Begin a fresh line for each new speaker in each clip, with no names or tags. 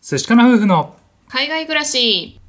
寿司かな夫婦の
海外暮らし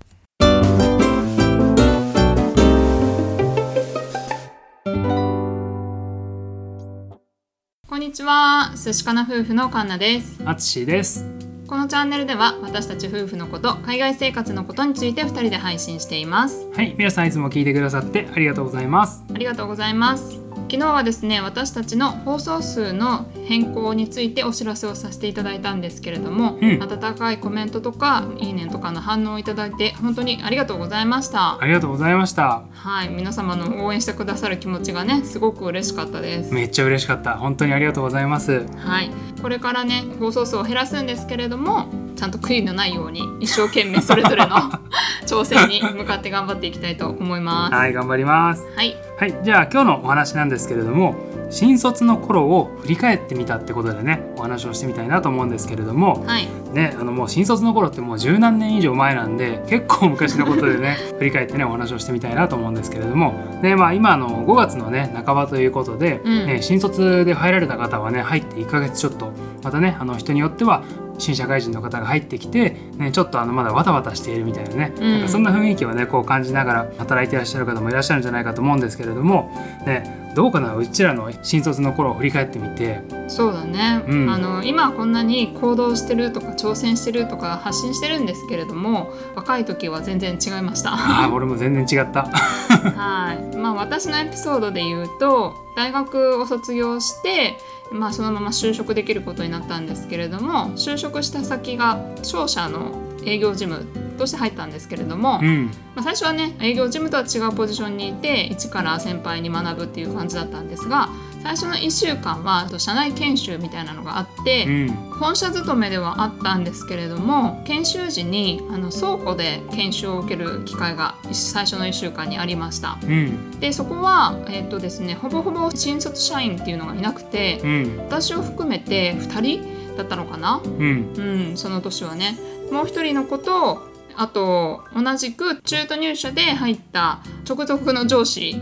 こんにちは寿司かな夫婦のカンナです
あつしです
このチャンネルでは私たち夫婦のこと海外生活のことについて2人で配信しています
はい皆さんいつも聞いてくださってありがとうございます
ありがとうございます昨日はですね私たちの放送数の変更についてお知らせをさせていただいたんですけれども、
うん
温かいコメントとかいいねとかの反応をいただいて本当にありがとうございました
ありがとうございました
はい、皆様の応援してくださる気持ちがねすごく嬉しかったです。
めっちゃ嬉しかった本当にありがとうございます
はい、これからね放送数を減らすんですけれどもちゃんと悔いのないように一生懸命それ ぞれの挑戦に向かって頑張っていきたいと思います。
はい頑張ります
はい、
はいじゃあ今日のお話なんですけれども新卒の頃を振り返ってみたってことでねお話をしてみたいなと思うんですけれども
はい、
ねあのもう新卒の頃ってもう十何年以上前なんで結構昔のことで ね振り返ってねお話をしてみたいなと思うんですけれどもで、まあ、今あの5月のね半ばということで、
うん
ね新卒で入られた方はね入って1ヶ月ちょっとまたねあの人によっては新社会人の方が入ってきて、ね、ちょっとあのまだわたわたしているみたいなね、
うん
なんかそんな雰囲気をねこう感じながら働いていらっしゃる方もいらっしゃるんじゃないかと思うんですけれども、ね、どうかなうちらの新卒の頃を振り返ってみて
そうだね、
うん
あの今こんなに行動してるとか挑戦してるとか発信してるんですけれども若い時は全然違いました。
ああ俺も全然違った。
はい、まあ私のエピソードで言うと大学を卒業して、まあ、そのまま就職できることになったんですけれども就職した先が商社の営業事務として入ったんですけれども、
う
ま
ん
あ、最初はね営業事務とは違うポジションにいて一から先輩に学ぶっていう感じだったんですが最初の1週間はあと社内研修みたいなのがあって、
うん
本社勤めではあったんですけれども研修時にあの倉庫で研修を受ける機会が最初の1週間にありました
うん
でそこは、えっとですね、ほぼほぼ新卒社員っていうのがいなくて
うん
私を含めて2人だったのかな、
うん
うん、その年はねもう1人の子とあと同じく中途入社で入った直属の上司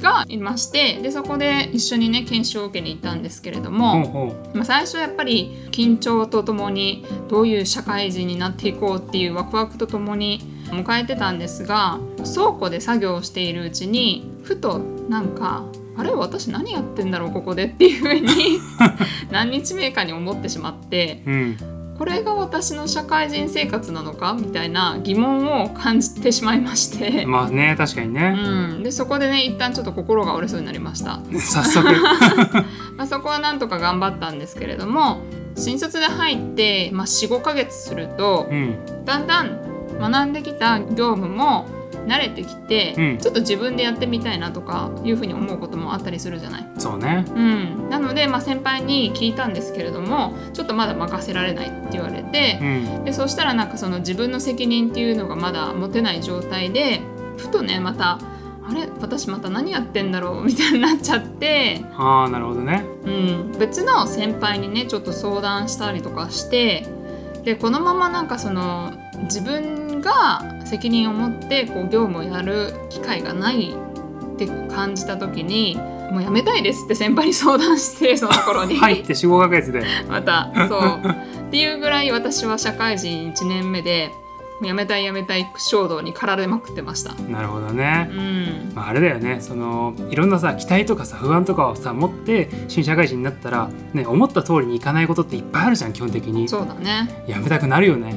がいましてでそこで一緒にね研修を受けに行ったんですけれども、
ほうほ
まあ、最初はやっぱり緊張とともにどういう社会人になっていこうっていうワクワクとともに迎えてたんですが倉庫で作業をしているうちにふとなんかあれ私何やってんだろうここでっていうふう に何日目かに思ってしまって
ううん
これが私の社会人生活なのかみたいな疑問を感じてしまいまして。
まあね確かに
う
ね、
ん、でそこでね一旦ちょっと心が折れそうになりました。
早 速
まあ、そこはなんとか頑張ったんですけれども新卒で入って、まあ、45ヶ月すると
うん
だんだん学んできた業務も慣れてきて、
うん
ちょっと自分でやってみたいなとかいうふうに思うこともあったりするじゃない。
そうね
うん、なので、まあ、先輩に聞いたんですけれどもちょっとまだ任せられないって言われて
う、ん
でそうしたらなんかその自分の責任っていうのがまだ持てない状態でふとねまた「あれ私また何やってんだろう」みたいになっちゃって
ああなるほどね
うん、別の先輩にねちょっと相談したりとかしてでこのままなんかその自分が責任を持ってこう業務をやる機会がないって感じた時にもうやめたいですって先 輩に相談してその頃に
入って45ヶ月で
またそうっていうぐらい私は社会人1年目でもうやめたいやめたい衝動に駆られまくってました。
なるほど
う
ね、
ん、
まあ、あれだよねそのいろんなさ期待とかさ不安とかをさ持って新社会人になったら、ね、思った通りにいかないことっていっぱいあるじゃん基本的に
そうだね
やめたくなるよね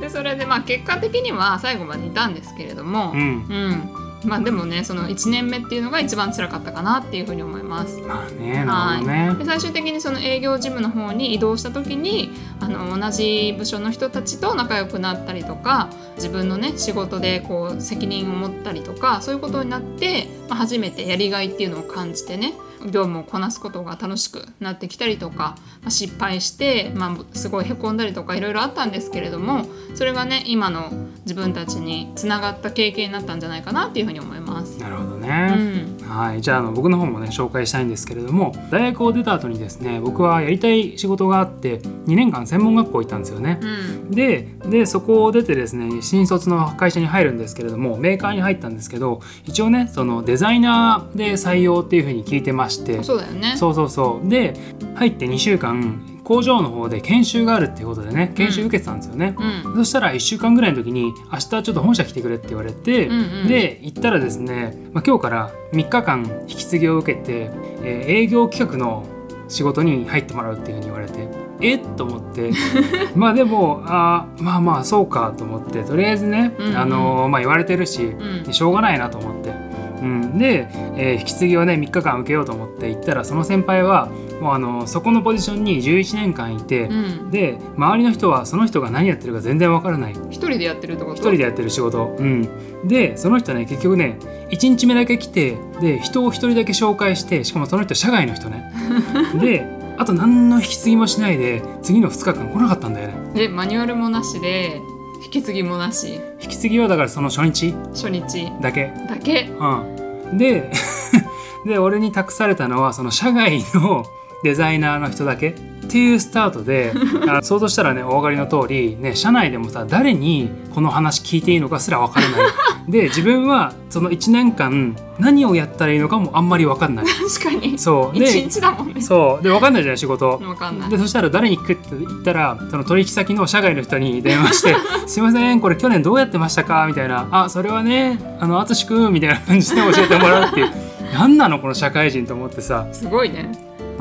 でそれでまあ結果的には最後までいたんですけれども、
うん
うん、まあでもねその1年目っていうのが一番辛かったかなっていうふうに思います。
まあねなるほどね、
で最終的にその営業事務の方に移動した時にあの同じ部署の人たちと仲良くなったりとか自分のね仕事でこう責任を持ったりとかそういうことになって、まあ、初めてやりがいっていうのを感じてね業務をこなすことが楽しくなってきたりとか、まあ、失敗して、まあ、すごいへこんだりとかいろいろあったんですけれどもそれがね今の自分たちにつながった経験になったんじゃないかなっていうふうに思います。
なるほど
う
ね、
ん、
はい、じゃああの僕の方もね紹介したいんですけれども大学を出た後にですね僕はやりたい仕事があって2年間専門学校行ったんですよね、
うん
ででそこを出てですね新卒の会社に入るんですけれどもメーカーに入ったんですけど一応ねそのデザイナーで採用っていうふうに聞いてまして
そうだよね。
そうそうそうで入って2週間工場の方で研修があるっていうことでね研修受けてたんですよね、
うん
そしたら1週間ぐらいの時に明日ちょっと本社来てくれって言われて、
うんうん
で行ったらですね、まあ、今日から3日間引き継ぎを受けて、えー営業企画の仕事に入ってもらうっていうふうに言われてえっと思って まあでもあーまあまあそうかと思ってとりあえずね、
うんうん
あのーまあ、言われてるし
うん
しょうがないなと思って。うん、で、えー引き継ぎをね3日間受けようと思って行ったらその先輩はもうあのーそこのポジションに11年間いて、
うん
で周りの人はその人が何やってるか全然わからない一
一人でやってるってこと
人でやってる仕事、うん、でその人ね結局ね1日目だけ来てで人を1人だけ紹介してしかもその人社外の人ねであと何の引き継ぎもしないで次の2日間来なかったんだよね
でマニュアルもなしで引き継ぎもなし
引き継ぎはだからその初日
初日
だけ
だけ
うん、で で俺に託されたのはその社外のデザイナーの人だけっていうスタート であ想像したらねお分かりの通りね社内でもさ誰にこの話聞いていいのかすら分からない で自分はその1年間何をやったらいいのかもあんまり分かんない
確かに
そう
一
で
日だもんね
そうで分かんないじゃない仕事
分かんない
でそしたら誰に聞くって言ったらその取引先の社外の人に電話し て「すいませんこれ去年どうやってましたか?」みたいな「あそれはねあの淳君」みたいな感じで教えてもらうっていう 何なのこの社会人と思ってさ
すごいね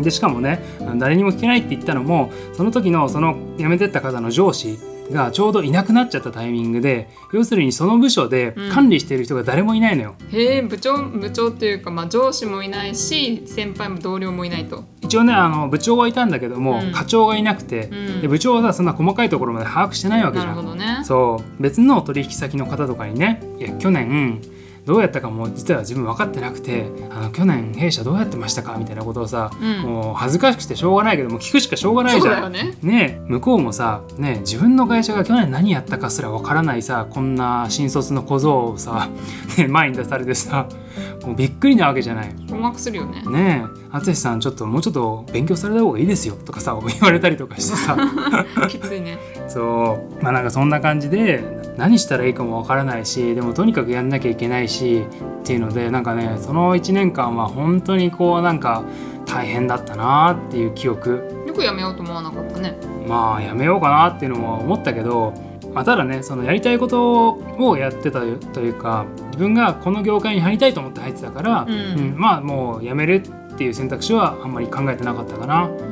でしかもねあの誰にも聞けないって言ったのもその時のその辞めてった方の上司がちょうどいなくなっちゃったタイミングで要するにその部署で
うん
管理してる人が誰もいないのよ、
へえ部長部長っていうか、まあ、上司もいないし先輩も同僚もいないと
一応ねあの部長はいたんだけども、
うん
課長がいなくて、
うん
で部長はさそんな細かいところまで把握してないわけじ
な
ゃ
る
ん
ほどね
そう別の取引先の方とかにねいや去年どうやったかも実は自分分かってなくてあの去年弊社どうやってましたかみたいなことをさ、
うん
もう恥ずかしくてしょうがないけどもう聞くしかしょうがない
そ
じ
う
ゃ
だ
ん
よ。ね
ねえ向こうもさ、ねえ自分の会社が去年何やったかすらわからないさこんな新卒の小僧をさ、 ねえ前に出されてさもうびっくりなわけじゃない。
困惑するよね
ねえ淳さんちょっともうちょっと勉強された方がいいですよとかさ言われたりとかしてさ。
きついね
そうまあなんかそんな感じで何したらいいかもわからないしでもとにかくやんなきゃいけないしっていうのでなんかねその1年間は本当にこうなんか大変だったなっていう記憶
よくやめようと思わなかったね
まあやめようかなっていうのも思ったけど、まあ、ただねそのやりたいことをやってたというか自分がこの業界に入りたいと思って入ってたから、
うん
まあもうやめるっていう選択肢はあんまり考えてなかったかな。
なるほ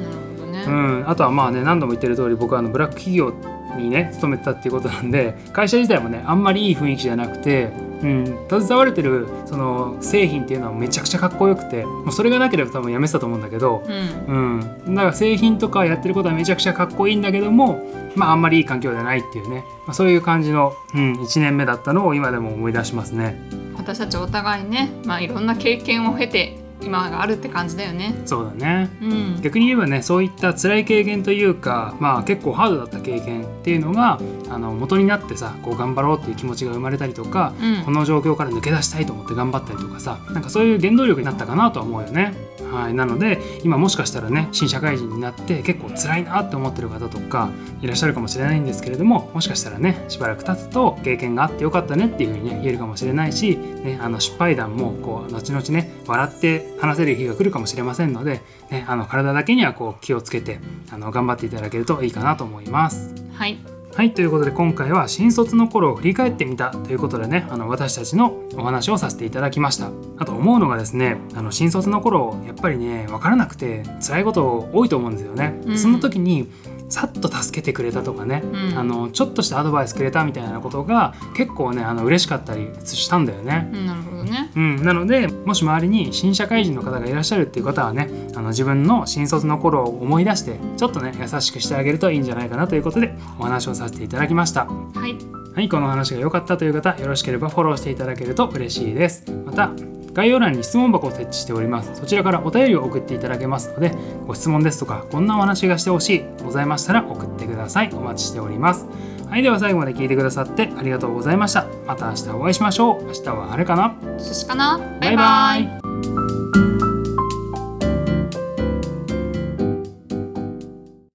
どね、
うん、あとはまあね何度も言ってる通り僕はあのブラック企業にね勤めてたっていうことなんで会社自体もねあんまりいい雰囲気じゃなくて、うん、携われてるその製品っていうのはめちゃくちゃかっこよくてもうそれがなければ多分辞めてたと思うんだけど、
うん
うん、だから製品とかやってることはめちゃくちゃかっこいいんだけども、まあ、あんまりいい環境じゃないっていうね、まあ、そういう感じの、うん、1年目だったのを今でも思い出しますね。
私たちお互いね、まあ、いろんな経験を経て今があるって感じだよね
そうだね
うん
逆に言えばねそういった辛い経験というか、まあ、結構ハードだった経験っていうのがあの元になってさこう頑張ろうっていう気持ちが生まれたりとか、
うん
この状況から抜け出したいと思って頑張ったりとかさなんかそういう原動力になったかなとは思うよね。はい、なので今もしかしたらね新社会人になって結構辛いなって思ってる方とかいらっしゃるかもしれないんですけれどももしかしたらねしばらく経つと経験があってよかったねっていうふうにね言えるかもしれないし、ね、あの失敗談もこう後々ね笑って話せる日が来るかもしれませんので、ね、あの体だけにはこう気をつけてあの頑張っていただけるといいかなと思います。
はい
はいということで今回は新卒の頃を振り返ってみたということでねあの私たちのお話をさせていただきましたあと思うのがですねあの新卒の頃やっぱりね分からなくて辛いこと多いと思うんですよね、
うん
その時にさっと助けてくれたとかね、
うん
あのちょっとしたアドバイスくれたみたいなことが結構ねあの嬉しかったりしたんだよね、
うんなるほどね
うん、なのでもし周りに新社会人の方がいらっしゃるっていう方はねあの自分の新卒の頃を思い出してちょっとね優しくしてあげるといいんじゃないかなということでお話をさせていただきました
はい
はいこの話が良かったという方よろしければフォローしていただけると嬉しいですまた概要欄に質問箱を設置しておりますそちらからお便りを送っていただけますのでご質問ですとかこんなお話がしてほしいございましたら送ってくださいお待ちしておりますはいでは最後まで聞いてくださってありがとうございましたまた明日お会いしましょう明日は晴れかな
寿司かなバイバイ
バイバイ